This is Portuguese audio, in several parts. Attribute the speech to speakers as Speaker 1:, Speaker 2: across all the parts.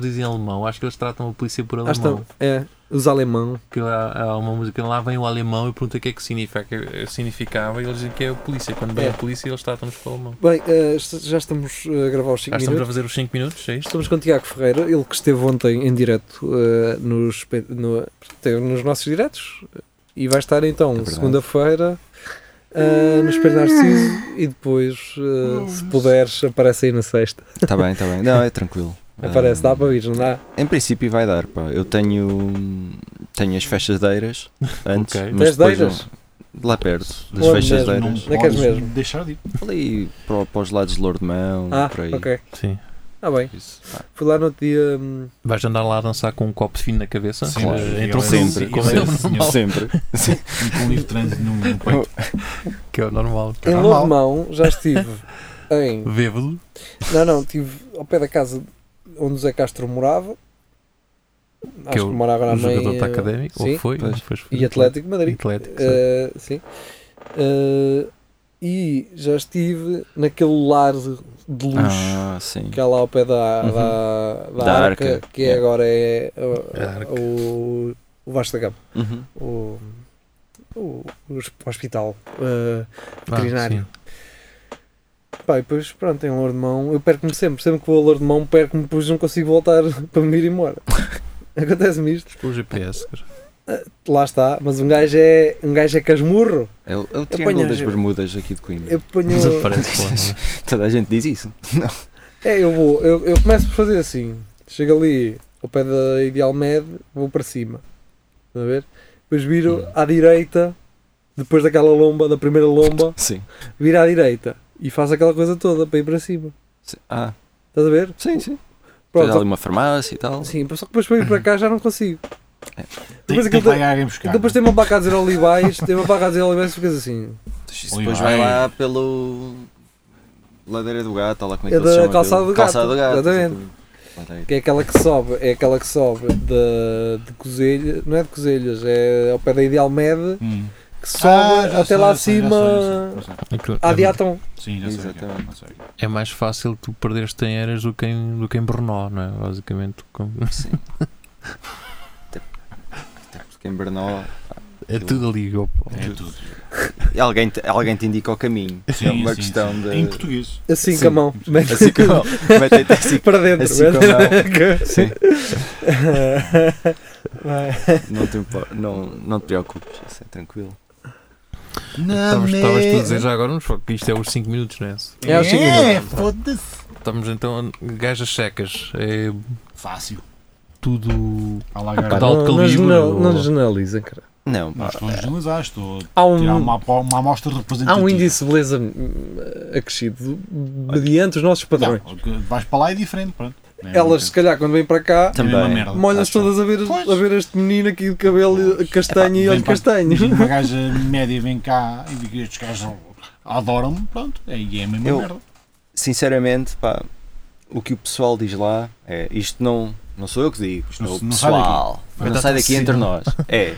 Speaker 1: dizem alemão, acho que eles tratam a polícia por
Speaker 2: Acho
Speaker 1: alemão.
Speaker 2: que é, os alemão.
Speaker 1: Porque lá, há uma música, lá vem o alemão e pergunta o que é que significa- significava e eles dizem que é a polícia. Quando vem
Speaker 2: É.
Speaker 1: a polícia, eles tratam-nos por alemão.
Speaker 2: Bem, eh, est- já estamos eh, a gravar os 5
Speaker 1: Já estamos a
Speaker 2: minutos.
Speaker 1: fazer os 5 minutos, é isto?
Speaker 2: Estamos com o Tiago Ferreira, ele que esteve ontem em direto eh, nos, pe- no- esteve nos nossos diretos e vai estar então
Speaker 3: É verdade.
Speaker 2: segunda-feira eh, no Espelho Narciso e depois, eh, se puderes, aparece aí na sexta.
Speaker 3: Está bem, está bem. Não, é tranquilo.
Speaker 2: Aparece,
Speaker 3: Ah,
Speaker 2: dá para ir, não dá?
Speaker 3: Em princípio vai dar, pá. Eu tenho, tenho as festadeiras antes,
Speaker 1: Ok.
Speaker 3: mas
Speaker 2: Tens
Speaker 3: depois um,
Speaker 2: deiras?
Speaker 3: não- lá perto das
Speaker 2: Onde
Speaker 3: festadeiras.
Speaker 2: Onde é que és
Speaker 4: podes
Speaker 2: mesmo?
Speaker 4: Deixar de ir.
Speaker 3: Ali para, para os lados de Lourdemão,
Speaker 2: Ah,
Speaker 3: um por aí.
Speaker 2: ok.
Speaker 1: Sim.
Speaker 2: Ah, bem.
Speaker 3: Isso, pá.
Speaker 2: Fui lá no outro dia. hum,
Speaker 1: Vais andar lá a dançar com um copo de fino na cabeça?
Speaker 4: Sim,
Speaker 1: Eh,
Speaker 3: claro.
Speaker 1: Entre o
Speaker 4: Sempre,
Speaker 1: fino
Speaker 3: Sempre,
Speaker 1: e o
Speaker 4: como é
Speaker 1: normal,
Speaker 4: normal.
Speaker 3: sempre.
Speaker 4: E com um livro de trânsito no, no peito.
Speaker 1: Que é o normal.
Speaker 3: Tá
Speaker 2: em
Speaker 4: normal.
Speaker 2: Lourmão já estive em.
Speaker 1: Bêbado.
Speaker 2: Não, não, estive ao pé da casa onde o Zé Castro morava. Acho que,
Speaker 1: é o-
Speaker 2: morava na
Speaker 1: O
Speaker 2: mãe.
Speaker 1: jogador está
Speaker 2: eh,
Speaker 1: académico.
Speaker 2: sim,
Speaker 1: Ou foi?
Speaker 3: pois.
Speaker 1: depois foi
Speaker 2: E Atlético de Madrid.
Speaker 1: Atlético, sim.
Speaker 2: Eh, sim. Eh, e já estive naquele lar de luxo
Speaker 3: Ah, sim.
Speaker 2: que há lá ao pé da, da, da
Speaker 3: Da
Speaker 2: arca,
Speaker 3: Arca,
Speaker 2: que é
Speaker 3: yeah.
Speaker 2: agora é uh,
Speaker 1: A Arca.
Speaker 2: o, o Vasco da Gama,
Speaker 3: Uhum.
Speaker 2: o, o, o hospital eh,
Speaker 1: Ah,
Speaker 2: veterinário.
Speaker 1: sim.
Speaker 2: Pá, e depois, pronto, um em Lourdemão, eu perco-me sempre. Sempre que vou a Lourdemão, perco-me, depois não consigo voltar para me ir embora. Acontece-me isto.
Speaker 1: Pô, o GPS. cara.
Speaker 2: Lá está, mas um gajo é, um gajo é casmurro.
Speaker 3: É o, é o Triângulo das
Speaker 2: Apanhas-
Speaker 3: Bermudas aqui de Coimbra.
Speaker 2: Eu ponho.
Speaker 1: Desaparece lá. não é?
Speaker 3: Toda a gente diz isso.
Speaker 2: É, eu vou, eu, eu começo por fazer assim. Chego ali ao pé da Ideal Med, vou para cima. Estás a ver? Depois viro
Speaker 1: Hum.
Speaker 2: à direita, depois daquela lomba, da primeira lomba,
Speaker 3: Sim.
Speaker 2: viro à direita e faço aquela coisa toda para ir para cima.
Speaker 3: Sim. Ah,
Speaker 2: Estás a ver?
Speaker 3: sim, sim. Tens ali
Speaker 2: Pronto,
Speaker 3: uma farmácia e tal.
Speaker 2: sim, só que depois para ir para cá já não consigo.
Speaker 4: Tem,
Speaker 2: Depois
Speaker 4: tem que
Speaker 2: aquilo-
Speaker 4: pagar alguém buscar. é?
Speaker 2: Depois tem uma placa a dizer Olivais, tem uma placa a dizer Olivais e ficas assim.
Speaker 3: Isso depois
Speaker 4: Olivais.
Speaker 3: vai lá pelo. Ladeira do Gato, ou lá como é que
Speaker 2: É
Speaker 3: eles
Speaker 2: da
Speaker 3: chamam
Speaker 2: Calçada
Speaker 3: aquilo?
Speaker 2: do Gato,
Speaker 3: Calçada do Gato.
Speaker 2: exatamente.
Speaker 3: exatamente.
Speaker 2: Que é aquela que sobe, é aquela que sobe de, de Cozelhas, não é de Cozelhas, é ao pé da Ideal Med,
Speaker 4: Hum.
Speaker 2: que sobe
Speaker 4: Ah, já
Speaker 2: até
Speaker 4: sei,
Speaker 2: lá
Speaker 4: já sei, já
Speaker 2: acima
Speaker 4: sei, já sei, já
Speaker 1: Aquilo-
Speaker 2: à Diatom.
Speaker 4: sei. Sim, já sei. o que é,
Speaker 3: Exatamente.
Speaker 4: já sei o que é.
Speaker 1: É mais fácil tu perderes Tanheiras do que em, do que em Brno, não é? Basicamente. com-
Speaker 3: Sim. até, até porque em Bernal.
Speaker 1: É tudo ali. ó.
Speaker 4: É tudo.
Speaker 3: E Alguém te, alguém te indica o caminho.
Speaker 4: Sim,
Speaker 3: é uma
Speaker 4: sim,
Speaker 3: questão
Speaker 4: sim.
Speaker 3: de.
Speaker 4: Em português.
Speaker 2: Assim
Speaker 3: Sim.
Speaker 2: com a mão, mete
Speaker 3: Assim como. Metem-te assim.
Speaker 2: para dentro.
Speaker 3: assim
Speaker 2: mete-
Speaker 3: com a mão. Sim.
Speaker 2: Vai.
Speaker 3: Não te, impor- não, não te preocupes. Isso é tranquilo.
Speaker 4: Não,
Speaker 1: Estavas estavas tu a dizer já agora, mas pô, que isto é os 5 minutos, não é?
Speaker 2: É o
Speaker 4: É,
Speaker 2: seguinte.
Speaker 4: foda-se.
Speaker 1: Estamos então a gajas secas. É
Speaker 4: Fácil.
Speaker 1: tudo.
Speaker 4: Alagar.
Speaker 1: Dá
Speaker 2: Não,
Speaker 1: alto
Speaker 2: não,
Speaker 1: calibre,
Speaker 2: general-
Speaker 1: ou-
Speaker 2: não generalizem, cara.
Speaker 3: Não,
Speaker 4: Não
Speaker 3: pá.
Speaker 4: estou a generalizar, estou a
Speaker 2: Há
Speaker 4: tirar
Speaker 2: um,
Speaker 4: uma, uma amostra
Speaker 2: há
Speaker 4: representativa.
Speaker 2: um índice de beleza hum, acrescido mediante os nossos padrões.
Speaker 4: Não, o que vais para lá é diferente, pronto. É
Speaker 2: Elas, se
Speaker 4: diferente.
Speaker 2: calhar, quando vêm para cá,
Speaker 3: Então,
Speaker 4: É a mesma
Speaker 3: tá
Speaker 4: merda.
Speaker 2: molham-se
Speaker 3: Acho-
Speaker 2: todas a ver,
Speaker 4: Pois.
Speaker 2: a ver este menino aqui de cabelo
Speaker 4: Pois.
Speaker 2: castanho e
Speaker 4: Vem
Speaker 2: olhos
Speaker 4: para-
Speaker 2: castanhos.
Speaker 4: Imagina, Uma gaja média vem cá e diz que estes gajos adoram-me, pronto. É, e é a mesma
Speaker 3: Eu-
Speaker 4: merda.
Speaker 3: Sinceramente, pá. O que o pessoal diz lá é. Isto não. Não sou eu que digo.
Speaker 4: Isto
Speaker 3: É
Speaker 4: não
Speaker 3: o
Speaker 4: se- não sai
Speaker 3: pessoal. Não
Speaker 4: Verdade
Speaker 3: sai daqui
Speaker 4: assim.
Speaker 3: entre nós. É.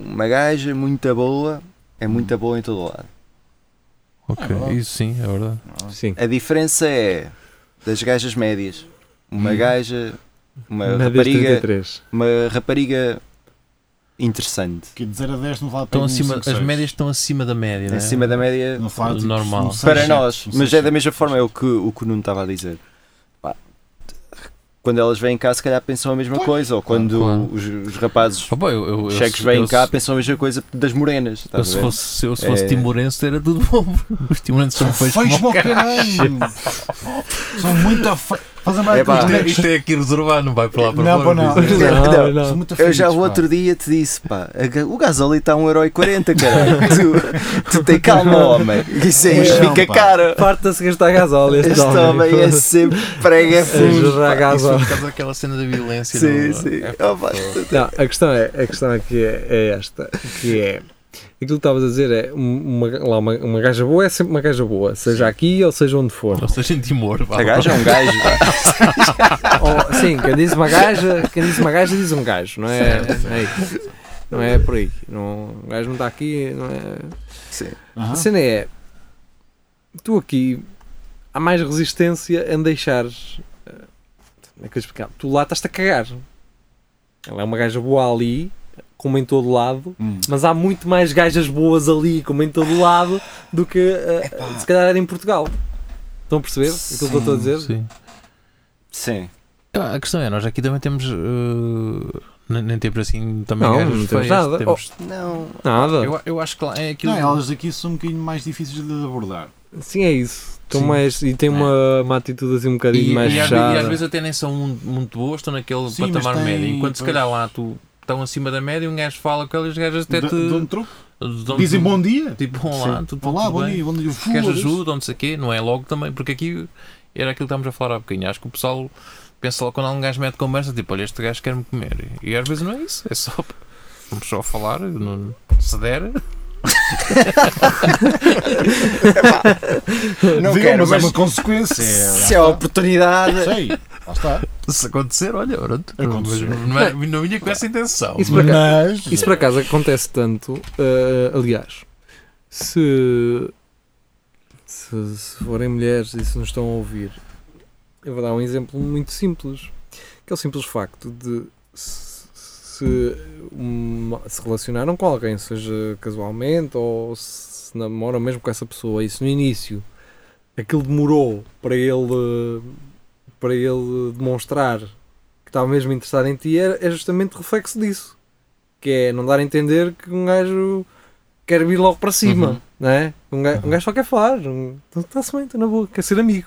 Speaker 3: Uma gaja muito boa. É muito boa em todo lado.
Speaker 1: Ok,
Speaker 4: É verdade.
Speaker 1: isso sim, é verdade.
Speaker 2: Sim.
Speaker 3: A diferença é das gajas médias. Uma
Speaker 4: Uhum.
Speaker 3: gaja, uma rapariga,
Speaker 2: 33.
Speaker 3: uma rapariga interessante.
Speaker 4: Que de 0 a 10 não vale
Speaker 1: Estão acima, as médias estão acima da média, não é?
Speaker 3: Acima da média
Speaker 4: não fala tipo,
Speaker 1: normal.
Speaker 4: não sei
Speaker 3: para
Speaker 4: sete,
Speaker 3: nós,
Speaker 4: não sei
Speaker 3: mas é da
Speaker 4: sete.
Speaker 3: mesma forma é o que o que o Nuno estava a dizer. Pá, Quando elas vêm cá, se calhar pensam a mesma coisa, ou quando
Speaker 1: claro.
Speaker 3: os, os rapazes
Speaker 1: Ah, pá, eu, eu, eu,
Speaker 3: cheques
Speaker 1: eu-
Speaker 3: vêm
Speaker 1: eu-
Speaker 3: cá, pensam a mesma coisa das morenas.
Speaker 1: Eu,
Speaker 3: estás a
Speaker 1: se
Speaker 3: ver?
Speaker 1: fosse, se eu se fosse
Speaker 3: É.
Speaker 1: timorense era tudo bom. Os timorenses são feios.
Speaker 4: São feios
Speaker 1: como o
Speaker 4: para o caralho. São muito afeios. Fazem mais
Speaker 3: Epá,
Speaker 4: com os
Speaker 1: caralho.
Speaker 4: negros.
Speaker 1: Isto é aqui reservar, não vai para lá para
Speaker 4: Não,
Speaker 1: fora.
Speaker 4: pá, não.
Speaker 1: diz ele.
Speaker 3: Não,
Speaker 4: São muito
Speaker 3: Eu já
Speaker 4: afeitos,
Speaker 3: o
Speaker 4: pá.
Speaker 3: outro dia te disse, pá, a ga- o gasóleo está a 1,40€, caralho. tu, tu tem calma, homem. Isso aí
Speaker 4: Pois não,
Speaker 3: fica
Speaker 4: pá.
Speaker 3: caro.
Speaker 2: Farta-se gastar gasóleo este,
Speaker 3: Este homem é sempre
Speaker 1: É
Speaker 3: prega fundo.
Speaker 2: Jura
Speaker 3: pá.
Speaker 1: Isso
Speaker 2: gasóleo.
Speaker 1: foi por causa daquela cena da violência.
Speaker 3: Sim,
Speaker 1: não-
Speaker 3: sim.
Speaker 1: É,
Speaker 3: Oh, pá.
Speaker 2: Não, a questão, é, a questão aqui é, é esta, que é aquilo que estavas a dizer é um- uma, lá, uma, uma gaja boa é sempre uma gaja boa, seja aqui ou seja onde for.
Speaker 1: Ou seja, em Timor. vá.
Speaker 3: A gaja é um gajo. pá.
Speaker 2: Ou, sim, quem diz uma gaja, quem diz uma gaja diz um gajo, não é? é isso. não é por aí. Não, o gajo não está aqui, não é?
Speaker 3: Sim.
Speaker 4: Aham.
Speaker 2: A cena é. Tu aqui há mais resistência em deixares. eh, é que eu explicar. Tu lá estás-te a cagar. Ela é uma gaja boa ali, como em todo lado,
Speaker 4: Hum.
Speaker 2: mas há muito mais gajas boas ali, como em todo lado, do que ah, se calhar era em Portugal. Estão a perceber aquilo que eu estou a dizer?
Speaker 1: Sim.
Speaker 3: Sim.
Speaker 1: Ah, A questão é, nós aqui também temos. eh, nem nem temos assim também
Speaker 2: Não,
Speaker 1: gajas
Speaker 2: não temos
Speaker 1: feias,
Speaker 2: nada.
Speaker 3: Oh,
Speaker 1: temos-
Speaker 3: Não.
Speaker 2: Nada.
Speaker 1: eu, eu acho que lá é aquilo.
Speaker 4: Não, elas aqui são um bocadinho mais difíceis de abordar.
Speaker 2: Sim, é isso. Estão
Speaker 1: Sim. É.
Speaker 2: mais, e tem uma, uma atitude assim um bocadinho
Speaker 1: e,
Speaker 2: mais
Speaker 1: e às, ve-
Speaker 2: fechada.
Speaker 1: e às vezes até nem são muito, muito boas, estão naquele
Speaker 4: Sim,
Speaker 1: patamar
Speaker 4: mas tem-
Speaker 1: médio. Enquanto se
Speaker 4: pois.
Speaker 1: calhar lá tu estão acima da média, um gajo fala com eles, os gajos até
Speaker 4: Dão-
Speaker 1: te.
Speaker 4: Dão truque,
Speaker 1: dão-
Speaker 4: um dizem bom dia.
Speaker 1: Tipo, vão lá, tudo,
Speaker 4: Vão lá,
Speaker 1: tudo
Speaker 4: bom
Speaker 1: bem.
Speaker 4: dia, bom dia.
Speaker 1: Queres
Speaker 4: foda-se.
Speaker 1: ajuda, ou não sei o quê, não é logo também, porque aqui era aquilo que estávamos a falar há bocadinho. Acho que o pessoal pensa logo quando um gajo mete conversa, tipo, olha, este gajo quer-me comer. E às vezes não é isso, é só. Vamos só falar, não, se der.
Speaker 3: Não
Speaker 4: Digam,
Speaker 3: quero,
Speaker 4: mas,
Speaker 3: mas
Speaker 4: é uma consequência.
Speaker 3: se é a oportunidade.
Speaker 4: Sei, lá está.
Speaker 1: Se acontecer, olha, pronto.
Speaker 4: Aconteceu.
Speaker 1: Mas Não, é- não vinha com essa intenção.
Speaker 3: é
Speaker 2: Isso por acaso-
Speaker 4: Mas,
Speaker 2: Isso por acaso acontece tanto, eh, aliás, se, se, se forem mulheres e se nos estão a ouvir, eu vou dar um exemplo muito simples, que é o simples facto de se, se uma- se relacionaram com alguém, seja casualmente ou se namoram mesmo com essa pessoa, isso no início, aquilo demorou para ele, para ele demonstrar que estava mesmo interessado em ti, é, é justamente reflexo disso que é não dar a entender que um gajo quer vir logo para cima,
Speaker 1: Uhum.
Speaker 2: não é? Um gajo, um gajo só quer falar, um- então está-se bem, está na boa, quer ser amigo.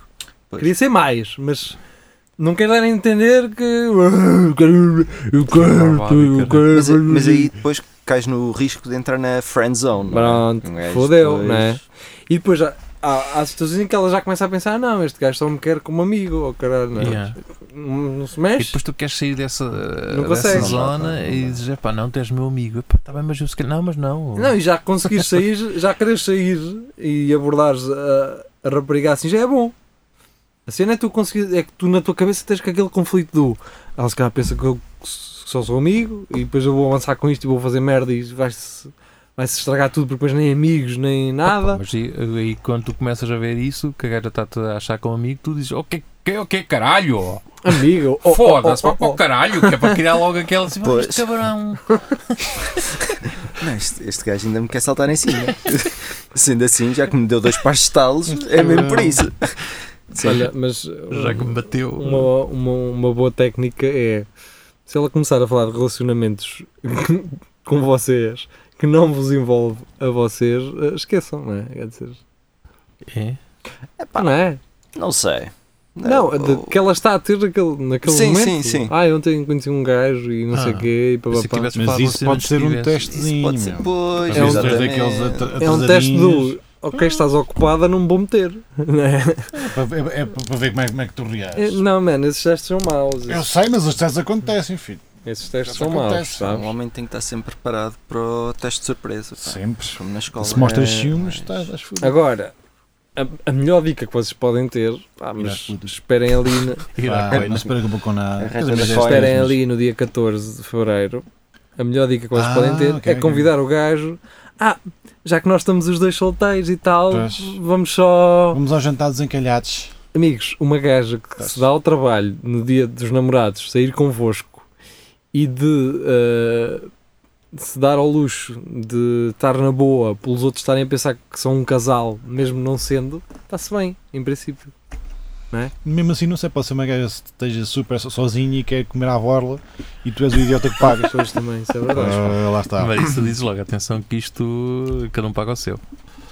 Speaker 2: Queria ser mais, mas não quer dar a entender que eu quero, eu quero, eu quero.
Speaker 3: Mas, é- mas aí depois cais no risco de entrar na friend zone. não é?
Speaker 2: Pronto,
Speaker 3: Um gajo
Speaker 2: fodeu,
Speaker 3: depois-
Speaker 2: não é? E depois já- há, há situações em que ela já começa a pensar: não, este gajo só me quer como amigo, ou caralho, não, é?
Speaker 1: Yeah.
Speaker 2: não, não se
Speaker 1: E
Speaker 2: mexe.
Speaker 1: depois tu queres sair dessa, dessa
Speaker 2: consegues.
Speaker 1: zona
Speaker 3: Não dá, não
Speaker 1: e
Speaker 3: dá.
Speaker 1: dizes, pá, não, tu és meu amigo. Epá, tá bem, mas eu se calhar. Não, mas não.
Speaker 2: Não, e já conseguires sair, já queres sair e abordares a, a rapariga assim já é bom. A cena é, tu conseguir, é que tu na tua cabeça tens com aquele conflito do ela se calhar pensa que eu só sou amigo e depois eu vou avançar com isto e vou fazer merda e vai-se vai -se estragar tudo porque depois nem amigos nem
Speaker 1: Opa,
Speaker 2: nada.
Speaker 1: mas aí, aí quando tu começas a ver isso, que a gaja está-te a achar com um amigo, tu dizes, o que que o que caralho?
Speaker 2: Amigo, oh, oh,
Speaker 1: Foda-se,
Speaker 2: oh,
Speaker 1: vá para o
Speaker 2: oh,
Speaker 1: caralho, que é para criar logo aquela assim, "Mas este
Speaker 3: Pois.
Speaker 1: cabrão.
Speaker 3: Não, este, este gajo ainda me quer saltar em cima. Sendo assim, já que me deu dois pares de estalos, é mesmo por isso.
Speaker 2: oh. Olha, mas
Speaker 1: Já que me bateu.
Speaker 2: uma, uma, uma boa técnica é se ela começar a falar de relacionamentos com vocês que não vos envolve a vocês, eh, esqueçam, não é? Quer dizer,
Speaker 1: É?
Speaker 2: pá, não é?
Speaker 3: Não sei.
Speaker 2: Não, de- que ela está a ter naquele, naquele
Speaker 3: Sim,
Speaker 2: momento.
Speaker 3: sim, sim.
Speaker 2: Ah, eu ontem conheci um gajo e não sei
Speaker 1: Ah,
Speaker 2: o quê, e pá,
Speaker 1: pensei que
Speaker 2: pá, pá.
Speaker 1: tivesse
Speaker 4: mas
Speaker 1: falado
Speaker 4: isso
Speaker 1: assim
Speaker 4: pode
Speaker 1: antes
Speaker 4: ser
Speaker 1: que
Speaker 4: um
Speaker 1: tivesse.
Speaker 3: Isso
Speaker 4: testezinho.
Speaker 3: pode ser.
Speaker 4: meu.
Speaker 3: Pois,
Speaker 4: Às vezes
Speaker 2: um-
Speaker 4: tens
Speaker 3: exatamente.
Speaker 4: daqueles atra-
Speaker 2: É um teste
Speaker 4: atrasadinhos.
Speaker 2: do
Speaker 1: Ah.
Speaker 2: ok, estás ocupada, não me vou meter. Não, é?
Speaker 4: É, é para ver como é, como é que tu
Speaker 2: É,
Speaker 4: reages.
Speaker 2: não mano, esses testes são maus.
Speaker 4: Eu
Speaker 2: Esses,
Speaker 4: sei, mas os testes acontecem, filho.
Speaker 2: esses testes
Speaker 4: Isso
Speaker 2: são maus,
Speaker 4: acontece,
Speaker 3: Um
Speaker 2: sabes?
Speaker 3: homem tem que estar sempre preparado para o teste de surpresa. pá.
Speaker 4: Sempre.
Speaker 3: Como na escola.
Speaker 4: Se mostras
Speaker 3: É,
Speaker 4: ciúmes, tá
Speaker 3: mas-
Speaker 4: estás estás fudido.
Speaker 2: Agora, a, a melhor dica que vocês podem ter, pá,
Speaker 4: Virar
Speaker 2: mas
Speaker 4: putas.
Speaker 2: esperem ali, na-
Speaker 1: Ir à
Speaker 4: Pá,
Speaker 1: coina.
Speaker 4: Não se preocupa com nada.
Speaker 3: Arranja
Speaker 4: Quer dizer,
Speaker 3: das
Speaker 4: mas é
Speaker 3: coisas.
Speaker 2: esperem
Speaker 4: testes,
Speaker 2: ali no dia 14 de fevereiro. A melhor dica que vocês
Speaker 4: Ah,
Speaker 2: podem ter é
Speaker 4: ok, ok.
Speaker 2: convidar o gajo. Ah, já que nós estamos os dois solteiros e tal,
Speaker 4: Pois.
Speaker 2: vamos só.
Speaker 4: Vamos aos jantar desencalhados.
Speaker 2: Amigos, uma gaja que
Speaker 4: Pois.
Speaker 2: se dá ao trabalho no dia dos namorados sair convosco e de eh, se dar ao luxo de estar na boa pelos outros estarem a pensar que são um casal, mesmo não sendo, está-se bem, em princípio.
Speaker 4: Mesmo assim, não sei, pode ser uma gaja que esteja super so- sozinha e quer comer à borla e tu és o idiota que pagas.
Speaker 2: As pessoas também, isso é verdade.
Speaker 4: Ah, lá
Speaker 3: Tá.
Speaker 4: está.
Speaker 1: Mas isso diz logo, atenção que isto cada um paga o seu.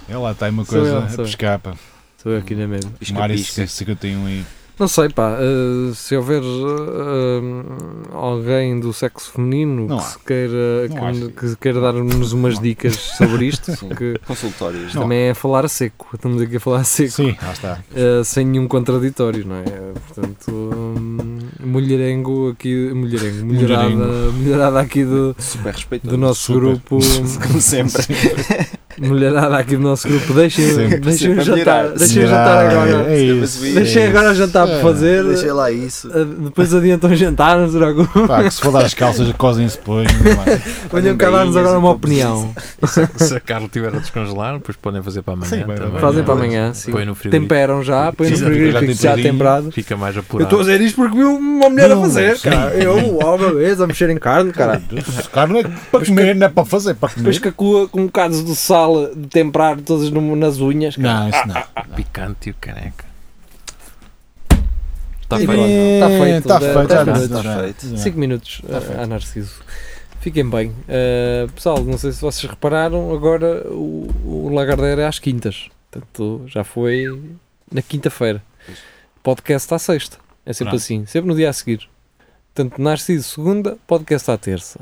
Speaker 4: É lá está aí uma
Speaker 2: Sou eu, sou
Speaker 4: coisa a
Speaker 2: eu.
Speaker 4: pescar, pá.
Speaker 2: Estou eu aqui na mesma.
Speaker 3: Pisca,
Speaker 4: Uma área
Speaker 3: pisca.
Speaker 4: 51 aí.
Speaker 2: Não sei, pá. eh, se houver eh, eh, alguém do sexo feminino
Speaker 4: Não
Speaker 2: que,
Speaker 4: há.
Speaker 2: se queira,
Speaker 4: Não
Speaker 2: que,
Speaker 4: acho.
Speaker 2: que queira dar-nos umas dicas sobre isto,
Speaker 3: Sim.
Speaker 2: que
Speaker 3: Consultórios.
Speaker 4: Não.
Speaker 2: também é falar a seco. Estamos aqui a falar a seco,
Speaker 4: Sim, lá está.
Speaker 2: eh, sem nenhum contraditório, não é? Portanto, hum, mulherengo aqui, mulherengo, mulherada, mulherada aqui do,
Speaker 3: Super respeitosos.
Speaker 2: do nosso
Speaker 4: Super.
Speaker 2: grupo.
Speaker 3: Como sempre.
Speaker 2: Mulherada aqui do nosso grupo, deixem-me
Speaker 4: Sempre,
Speaker 2: deixem
Speaker 3: sempre a
Speaker 2: jantar,
Speaker 3: mulherada.
Speaker 2: deixem jantar
Speaker 4: Será?
Speaker 2: agora.
Speaker 4: É isso.
Speaker 3: Sempre a subir.
Speaker 2: Deixem agora o jantar
Speaker 4: É.
Speaker 2: para fazer.
Speaker 3: Deixa lá isso.
Speaker 2: Ah, Depois adiantam jantar, não se preocupe.
Speaker 4: Pá, que se for dar as calças, cosem-se depois. não é? vai. um
Speaker 2: Venham cá dar-nos agora
Speaker 4: assim,
Speaker 2: uma opinião.
Speaker 1: Se a Carla tiver a descongelar, depois podem fazer para amanhã.
Speaker 4: Sim, vai-
Speaker 1: também.
Speaker 4: vai-
Speaker 2: Fazem para amanhã, sim.
Speaker 1: Põe no frigorífico.
Speaker 2: Temperam já, põem no
Speaker 1: Sim,
Speaker 2: frigorífico
Speaker 4: já
Speaker 2: já
Speaker 4: temperadinho.
Speaker 2: temperado.
Speaker 1: Fica mais
Speaker 2: Eu
Speaker 1: apurado.
Speaker 2: estou a dizer isto porque vi um
Speaker 5: uma mulher
Speaker 4: Não,
Speaker 5: a fazer,
Speaker 4: sim.
Speaker 5: cara. Eu,
Speaker 2: oh,
Speaker 5: lá uma vez, a mexer em carne, cara.
Speaker 4: Carne é para comer, não é para fazer, para
Speaker 2: Depois
Speaker 4: comer.
Speaker 2: cacua com um bocado de sal de temperar todas no- nas unhas. cara.
Speaker 4: Não, isso não.
Speaker 1: Picante e o caneca. Está
Speaker 5: E-
Speaker 1: feito.
Speaker 5: Tá feito,
Speaker 4: Está
Speaker 5: tá
Speaker 4: É, feito, já
Speaker 5: feito,
Speaker 4: disse,
Speaker 3: tá
Speaker 4: já.
Speaker 3: feito.
Speaker 4: Já.
Speaker 2: 5 minutos eh, a, a Narciso. Fiquem bem. Uh, pessoal, não sei se vocês repararam, agora o, o Lagardère é às quintas. Portanto, já foi na quinta-feira. Podcast à sexta. É sempre
Speaker 4: Pronto.
Speaker 2: assim, sempre no dia a seguir. Portanto, Narciso segunda, podcast à terça.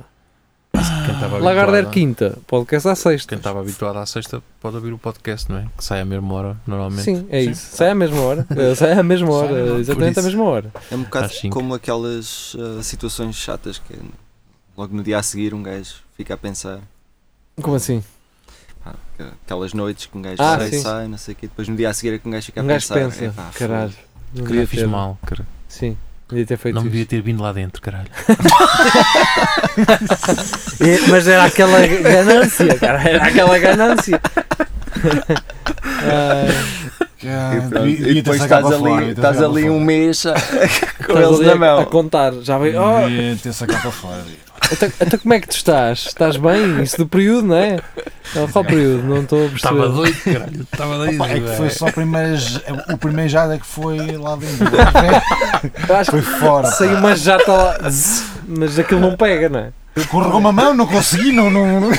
Speaker 1: Quem estava
Speaker 2: Lagardère
Speaker 1: habituado-
Speaker 2: quinta, podcast à sexta.
Speaker 1: é? Quem estava habituado à sexta pode ouvir o podcast, não é? Que sai à mesma hora, normalmente.
Speaker 2: Sim, é
Speaker 4: Sim.
Speaker 2: isso. Sai à mesma hora. Uh, Sai à mesma
Speaker 4: Sai à mesma
Speaker 2: hora,
Speaker 4: hora.
Speaker 2: exatamente à
Speaker 3: Por isso.
Speaker 2: mesma hora.
Speaker 3: É um bocado
Speaker 1: Às cinco.
Speaker 3: como aquelas ah, situações chatas que é logo no dia a seguir um gajo fica a pensar.
Speaker 2: Como assim?
Speaker 3: pá, que- Aquelas noites que um gajo
Speaker 2: Ah,
Speaker 3: sai,
Speaker 2: sim.
Speaker 3: sai, não sei o quê, depois no dia a seguir é que um gajo fica a
Speaker 2: Um gajo
Speaker 3: pensar.
Speaker 2: pensa,
Speaker 3: "Epá, foi-
Speaker 2: caralho. não
Speaker 1: Queria
Speaker 2: devia
Speaker 1: fiz
Speaker 2: ter-
Speaker 1: mal, cara.
Speaker 2: Sim, devia ter feito
Speaker 1: Não
Speaker 2: isso.
Speaker 1: devia ter vindo lá dentro, caralho.
Speaker 2: É, mas era aquela ganância, cara, era aquela ganância. Ah,
Speaker 4: Já,
Speaker 3: E, pronto,
Speaker 4: devia-
Speaker 3: e
Speaker 4: devia ter
Speaker 3: depois
Speaker 4: sacado
Speaker 3: estás
Speaker 4: para fora,
Speaker 3: ali,
Speaker 4: devia ter
Speaker 3: estás
Speaker 4: sacado
Speaker 3: ali
Speaker 4: para
Speaker 3: um
Speaker 4: fora.
Speaker 3: mês a- com
Speaker 2: estás
Speaker 3: eles
Speaker 2: ali
Speaker 3: na
Speaker 2: a- a
Speaker 3: mão.
Speaker 2: contar, já vem. Oh,
Speaker 4: Devia ter sacado para fora. devia.
Speaker 2: então, então como é que tu estás? Estás bem? Isso do período, não é? Ela qual período? Não estou a perceber.
Speaker 1: Estava doido, caralho. Estava doido.
Speaker 4: Pá, é que foi
Speaker 1: velho.
Speaker 4: só a primeira j- é, o primeiro jada que foi lá dentro. O resto
Speaker 2: Eu acho
Speaker 4: Foi
Speaker 2: que
Speaker 4: fora.
Speaker 2: saiu uma jata lá, zzz, mas aquilo não pega, não é?
Speaker 4: Corregou uma mão, não consegui, não. não, não.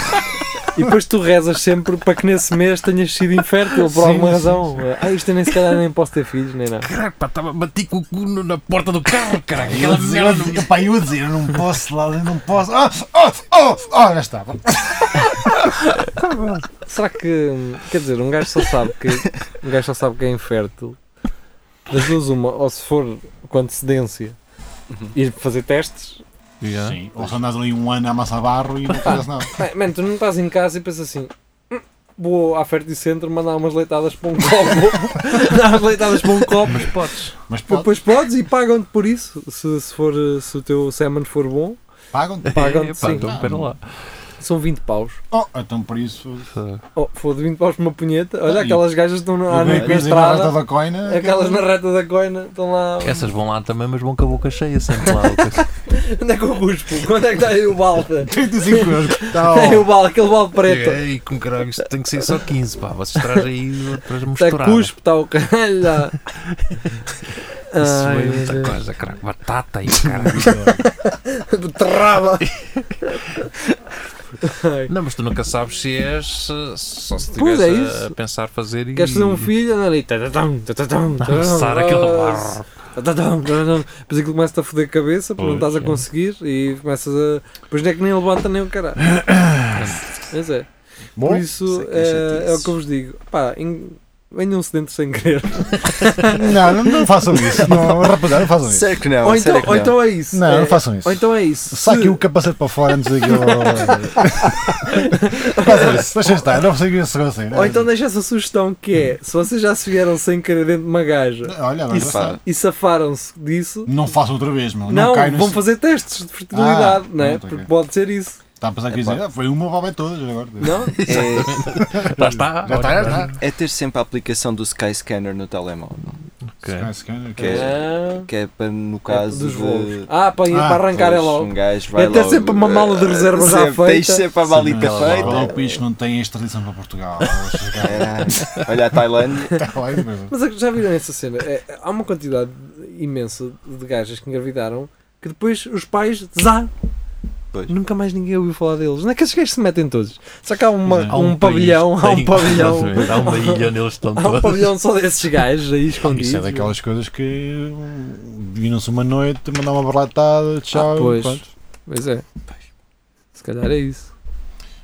Speaker 2: E depois tu rezas sempre para que nesse mês tenhas sido infértil por
Speaker 4: Sim,
Speaker 2: alguma
Speaker 4: sim,
Speaker 2: razão. Ah, isto eu nem se calhar nem posso ter filhos, nem nada.
Speaker 1: Caralho, pá, estava bati com o cu no- na porta do carro, caralho.
Speaker 4: Eu,
Speaker 1: Aquela
Speaker 4: dizia- eu,
Speaker 1: merda.
Speaker 4: dizia- pá, eu dizia, eu não posso lá, eu não posso. Oh, oh, oh, oh, já estava.
Speaker 2: Será que, quer dizer, um gajo só sabe que um gajo só sabe que é infértil das duas uma, ou se for com antecedência ir fazer testes,
Speaker 1: Yeah.
Speaker 4: Sim, É? ou se andas ali um ano a massa barro e não fazes nada.
Speaker 2: Bem, mano, tu não estás em casa e pensas assim, "Hum, vou à Ferticentro mandar umas leitadas para um copo, dar umas leitadas para um copo,
Speaker 1: Mas podes.
Speaker 4: Mas pá,
Speaker 2: depois podes e pagam-te por isso, se, se, for, eh, se o teu semen for bom,
Speaker 4: pagam-te.
Speaker 2: pagam-te
Speaker 1: Epá,
Speaker 2: sim,
Speaker 1: então espera lá.
Speaker 2: são 20 paus.
Speaker 4: Oh, então por isso.
Speaker 2: Oh, foda 20 paus para uma punheta, olha
Speaker 4: Ah, e-
Speaker 2: aquelas gajas que estão na,
Speaker 4: Eu
Speaker 2: na,
Speaker 4: bem
Speaker 2: na
Speaker 4: que dizem na rata
Speaker 2: estrada,
Speaker 4: da coina. é um
Speaker 2: aquelas na reta da coina, estão lá...
Speaker 1: Essas vão lá também, mas vão com a boca cheia sempre lá. Lucas.
Speaker 2: Onde é que eu cuspo? Quando é que está aí o balde?
Speaker 4: 35 euros. Tá,
Speaker 2: Está aí o
Speaker 4: ó.
Speaker 2: balde, aquele balde preto.
Speaker 1: Ei, com caralho, isto tem que ser só 15, pá. Vocês trazem aí outras
Speaker 2: Está
Speaker 1: misturadas.
Speaker 2: é cuspo, está o caralho. lá.
Speaker 1: Isso foi um
Speaker 2: Ai, meu
Speaker 1: muita
Speaker 2: Deus.
Speaker 1: coisa, caralho. Batata e caralho.
Speaker 2: um-
Speaker 5: Beterraba!
Speaker 2: Ai.
Speaker 1: Não, mas tu nunca sabes se és. se- Só se estiveres
Speaker 2: Pois, é
Speaker 1: a,
Speaker 2: isso.
Speaker 1: a pensar fazer e.
Speaker 2: Queres fazer um Ah, filho? Anda ali. Tatatam, tatatam,
Speaker 1: Passar
Speaker 2: tatatam,
Speaker 1: aquele
Speaker 2: tatatam, tatatam, tatatam. Depois aquilo começa-te a foder a cabeça porque não
Speaker 1: Pois,
Speaker 2: estás a
Speaker 1: é.
Speaker 2: conseguir e começas a. Depois não é que nem levanta nem o caralho. Mas é. Por
Speaker 4: Bom,
Speaker 2: isso
Speaker 3: sei que é
Speaker 2: é, é o
Speaker 3: chatice.
Speaker 2: que eu vos digo. Pá, en- venham-se dentro sem querer.
Speaker 4: não, não, não façam isso. Não, rapaziada, não façam isso.
Speaker 3: Sério que não,
Speaker 2: ou, então,
Speaker 3: sério que
Speaker 2: ou
Speaker 3: não.
Speaker 2: então é isso.
Speaker 4: Não,
Speaker 2: é,
Speaker 4: não façam isso.
Speaker 2: ou então é isso.
Speaker 4: Saque
Speaker 2: Se-
Speaker 4: o capacete para fora antes daquilo. Faça isso, deixa estar, não sei o que se assim.
Speaker 2: Ou então deixa essa sugestão que é: se vocês já se vieram sem querer dentro de uma gaja
Speaker 4: Olha, agora já
Speaker 3: Isso, pá.
Speaker 4: está.
Speaker 2: e safaram-se disso,
Speaker 4: Não faço outra vez, meu. Não,
Speaker 2: não,
Speaker 4: cai nesse...
Speaker 2: vão fazer testes de fertilidade,
Speaker 4: Ah,
Speaker 2: não é?
Speaker 4: pronto, ok.
Speaker 2: Porque pode ser isso.
Speaker 4: Está a pensar que
Speaker 3: É, pá.
Speaker 4: dizer, ah, foi uma, vai bem todas agora.
Speaker 2: Não?
Speaker 3: É,
Speaker 1: Lá está.
Speaker 4: Já está, já tá. está.
Speaker 3: é ter sempre a aplicação do Sky Scanner no telemóvel,
Speaker 1: Ok.
Speaker 4: Sky Scanner,
Speaker 3: Que é-
Speaker 2: Ah,
Speaker 3: que é para no caso
Speaker 2: dos
Speaker 3: de-
Speaker 2: voos. Ah, para, ir-
Speaker 4: Ah,
Speaker 2: para arrancar é
Speaker 3: Pois,
Speaker 2: logo.
Speaker 3: Um gajo vai
Speaker 2: É ter
Speaker 3: logo,
Speaker 2: sempre uma mala de
Speaker 3: eh,
Speaker 2: reserva já
Speaker 3: sempre- Tens
Speaker 2: feita.
Speaker 3: sempre a malita
Speaker 1: Sim, aquela
Speaker 4: Qual é o
Speaker 3: feita.
Speaker 4: país que não tem extradição para Portugal? Está
Speaker 3: Caralho. Olha a Tailândia.
Speaker 4: lá isso tá mesmo.
Speaker 2: Mas é que já viram essa cena? É, há uma quantidade imensa de gajas que engravidaram que depois os pais, zá,
Speaker 3: Pois.
Speaker 2: nunca mais ninguém ouviu falar deles. Não é que esses gajos se metem todos. Só que há, uma-
Speaker 4: Não.
Speaker 1: Há
Speaker 2: um,
Speaker 1: país
Speaker 2: pavilhão,
Speaker 1: que
Speaker 2: há um
Speaker 1: tem-
Speaker 2: pavilhão,
Speaker 1: Exatamente, Há uma ilha neles estão
Speaker 2: há um
Speaker 1: todos.
Speaker 2: pavilhão só desses gajos aí
Speaker 1: Um
Speaker 2: escondidos.
Speaker 4: Isso é daquelas coisas que hum, viram-se uma noite, mandar uma barlatada, tchau,
Speaker 2: Ah, pois.
Speaker 4: pronto.
Speaker 2: Pois é. Se calhar é isso.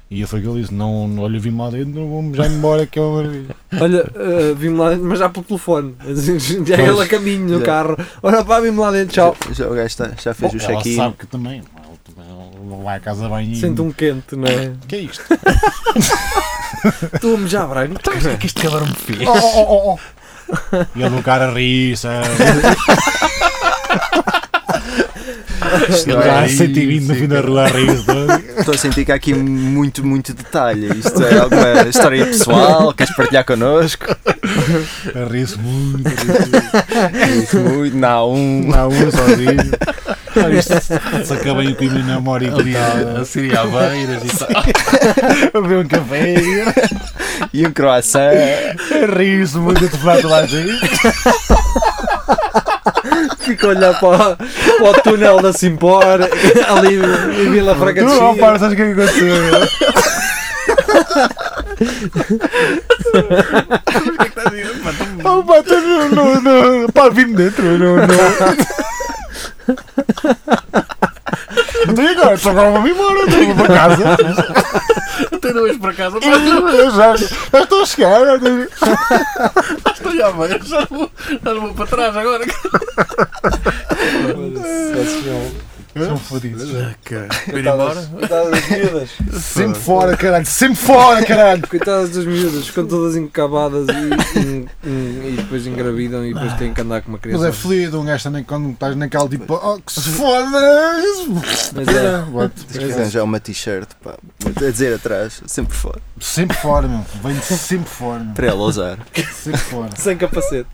Speaker 4: E foi o que ele disse: não, não olho, vim lá dentro, não vou-me já embora, que é uma maravilha.
Speaker 2: Olha, eh, vim-me lá dentro, mas já pelo telefone. Já é ele a caminho no
Speaker 3: Já.
Speaker 2: carro. Olha pá, vim-me lá dentro, tchau.
Speaker 3: Já, já o gajo está- já fez o
Speaker 4: Oh, Ela
Speaker 3: check-in.
Speaker 4: sabe que também, ele também ele vai à casa bem e.
Speaker 2: Sinto um quente, não é?
Speaker 4: Que é isto?
Speaker 2: Estou-me já, Brian.
Speaker 4: Tá
Speaker 2: Estás
Speaker 1: O que é que este calor me fez?
Speaker 4: Oh, oh, oh, oh. E ele o cara ri, sabe?
Speaker 3: Não
Speaker 4: Já
Speaker 3: é?
Speaker 4: há 120 no fim da Rolar Rios.
Speaker 3: Estou a sentir que há aqui muito, muito detalhe. Isto é alguma história pessoal? Queres partilhar connosco?
Speaker 4: A rir-se muito.
Speaker 3: Isso muito. Não, um.
Speaker 4: Há um sozinho. Ah, isto- Se acaba aí o Pimim na Mori e
Speaker 1: A
Speaker 4: tal.
Speaker 1: Síria eh, Aveiras e tal.
Speaker 4: A beber um café.
Speaker 3: E um croissant.
Speaker 4: A rir-se muito. A telefonar toda a gente.
Speaker 2: Fico a olhar para, para o túnel da Simpor, ali em Vila Franca
Speaker 4: Tu,
Speaker 2: de
Speaker 4: ó,
Speaker 2: Xia.
Speaker 4: para, sabes o que é que aconteceu?
Speaker 1: é tá
Speaker 4: Oh, pá, tu não, não, não. Pá, vim dentro, não, não. Então e agora? Só agora vou-me embora, então vou para casa.
Speaker 1: Até hoje para casa, pá,
Speaker 4: Eu já, já estou a chegar.
Speaker 1: estou a Aveiras. Já vou, já vou para trás agora.
Speaker 4: São fodidos.
Speaker 1: Vou ir embora.
Speaker 2: Coitadas das miúdas.
Speaker 4: Sempre fora, caralho, sempre fora, caralho.
Speaker 2: Coitadas das miúdas, ficam todas encabadas e, e- e- e depois engravidam e depois têm que andar com uma
Speaker 4: Mas
Speaker 2: criança.
Speaker 4: é fodido, um gajo também quando estás naquela tipo, oh, que se foda.
Speaker 2: Mas é.
Speaker 4: What?
Speaker 3: Tens que arranjar uma t-shirt, pá. A dizer atrás, sempre fora.
Speaker 4: Sempre fora, meu. Venho sempre fora, meu.
Speaker 3: Para ela usar.
Speaker 4: Sempre fora.
Speaker 2: Sem capacete.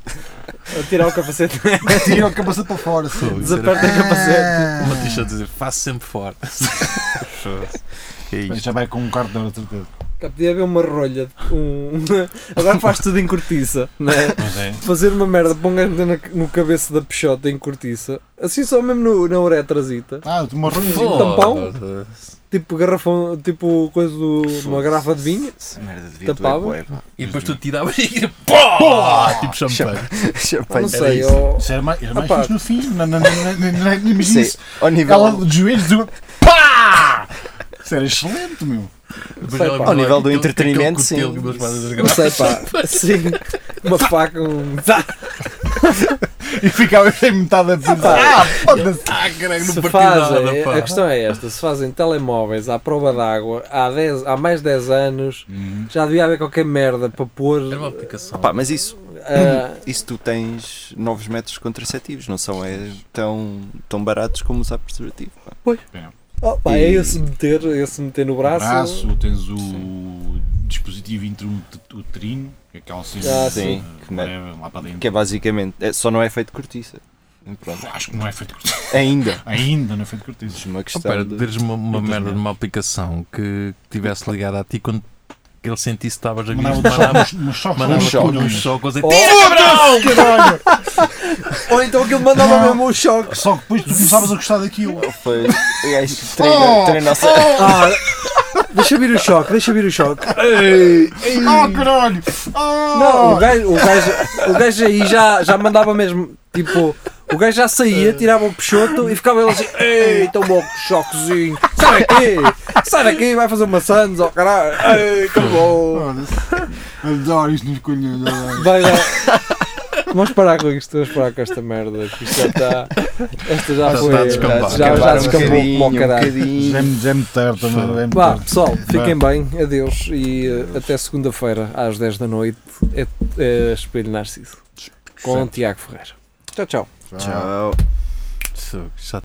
Speaker 2: A tirar o capacete.
Speaker 4: Tira o capacete para fora, Ah. sim.
Speaker 2: Desaperta o capacete.
Speaker 1: Uma t-shirt a dizer, faço sempre fora. Que é
Speaker 4: Bem,
Speaker 1: isto?
Speaker 4: Já vai com um quarto de hora, de certeza.
Speaker 2: Cá podia haver uma rolha. Um... Agora faz tudo em cortiça, não é?
Speaker 4: Mas é.
Speaker 2: Fazer uma merda para um gajo meter na- no cabeça da peixota em cortiça, assim só mesmo no, na uretrazita,
Speaker 4: Ah, tu morres.
Speaker 2: Foda. tampão? tipo garrafão, tipo coisa do. uma garrafa de vinho,
Speaker 3: Merda de
Speaker 2: vida, Tapava? é
Speaker 1: E depois tu tiravas e pó! Tipo champanhe.
Speaker 2: não
Speaker 3: Champanhe.
Speaker 2: sei,
Speaker 1: é isso.
Speaker 2: ou.
Speaker 4: Isso era mais, era mais
Speaker 2: Opa.
Speaker 4: fixe no fim. Não, não, não, não, não, não, não,
Speaker 3: Isso
Speaker 4: Imagina
Speaker 3: é
Speaker 4: isso.
Speaker 3: ao nível,
Speaker 4: Ela de joelhos de uma. Pá! Isso era excelente, meu.
Speaker 1: Depois ela
Speaker 2: Ao
Speaker 1: vai lá
Speaker 3: nível
Speaker 1: com
Speaker 3: do
Speaker 1: aquele-
Speaker 3: entretenimento,
Speaker 1: aquele
Speaker 3: sim.
Speaker 1: cutelo que duas patas das
Speaker 2: Não sei, pá, assim, uma faca, um.
Speaker 1: Tá,
Speaker 4: E ficava em metade da pizza. Ah, foda-se.
Speaker 1: Ah, caralho,
Speaker 2: Se
Speaker 1: não partiu
Speaker 2: fazem,
Speaker 1: nada, pá.
Speaker 2: a questão é esta: se fazem telemóveis à prova d'água há, 10 há mais de 10 anos, já devia haver qualquer merda para pôr.
Speaker 1: Uhum. Era uma aplicação.
Speaker 3: Pá, mas isso,
Speaker 2: ah,
Speaker 3: isso tu tens novos métodos contraceptivos, não são é, tão, tão baratos como usar preservativo. pá.
Speaker 2: oh, pá, é esse meter, esse meter no braço.
Speaker 4: braço, tens o dispositivo intrauterino, que é aquela cena.
Speaker 2: Ah,
Speaker 4: de-
Speaker 3: sim.
Speaker 4: de- Lá para dentro.
Speaker 3: Que é basicamente, é- só não é feito de cortiça. Pronto.
Speaker 4: Acho que não é feito de cortiça.
Speaker 3: Ainda.
Speaker 4: Ainda não é feito de cortiça.
Speaker 3: Uma
Speaker 1: Oh,
Speaker 3: questão
Speaker 1: pera,
Speaker 3: de-
Speaker 1: teres uma, uma
Speaker 4: Muitas
Speaker 1: merda de
Speaker 4: merdas.
Speaker 1: uma aplicação que estivesse ligada a ti quando ele sentisse que estavas a vir
Speaker 4: Mandava
Speaker 1: mandava
Speaker 4: uns choques.
Speaker 1: mandava
Speaker 3: um choque.
Speaker 1: um choque, a dizer,
Speaker 2: Oh,
Speaker 1: tira Brão!
Speaker 4: Caralho!
Speaker 2: Ou então aquilo mandava
Speaker 4: Não.
Speaker 2: mesmo um choque.
Speaker 4: Só que depois tu começavas a gostar daquilo.
Speaker 3: Foi. O gajo
Speaker 2: Oh,
Speaker 3: treina, treina a ser-
Speaker 2: Ah, deixa vir o choque, deixa vir o choque.
Speaker 4: Oh, caralho! Oh!
Speaker 2: Não, o gajo, o gajo, o gajo aí já, já mandava mesmo, tipo, o gajo já saía, tirava o peixoto e ficava ele assim, ei, tão bom, que choquezinho, sai daqui, sai daqui, vai fazer uma sandes, oh caralho, ei, tão bom.
Speaker 4: Foda-se. Adoro isto nos colhões. adoro.
Speaker 2: Vai, vai. Vamos parar com isto, vamos parar com esta merda, que isto já está, esta já tá
Speaker 1: Já
Speaker 2: foi,
Speaker 1: está a descambar.
Speaker 2: já, um já
Speaker 3: acabar
Speaker 2: descambou como ao caralho.
Speaker 3: um bocadinho.
Speaker 4: Já é muito- já é muito tarde também. já é muito
Speaker 2: Vá,
Speaker 4: tarde.
Speaker 2: pessoal, fiquem bem, adeus e eh, até segunda-feira às 10 da noite é, é Espelho Narciso com o Tiago Ferreira. Tchau, tchau.
Speaker 3: Tchau.
Speaker 1: Isso, já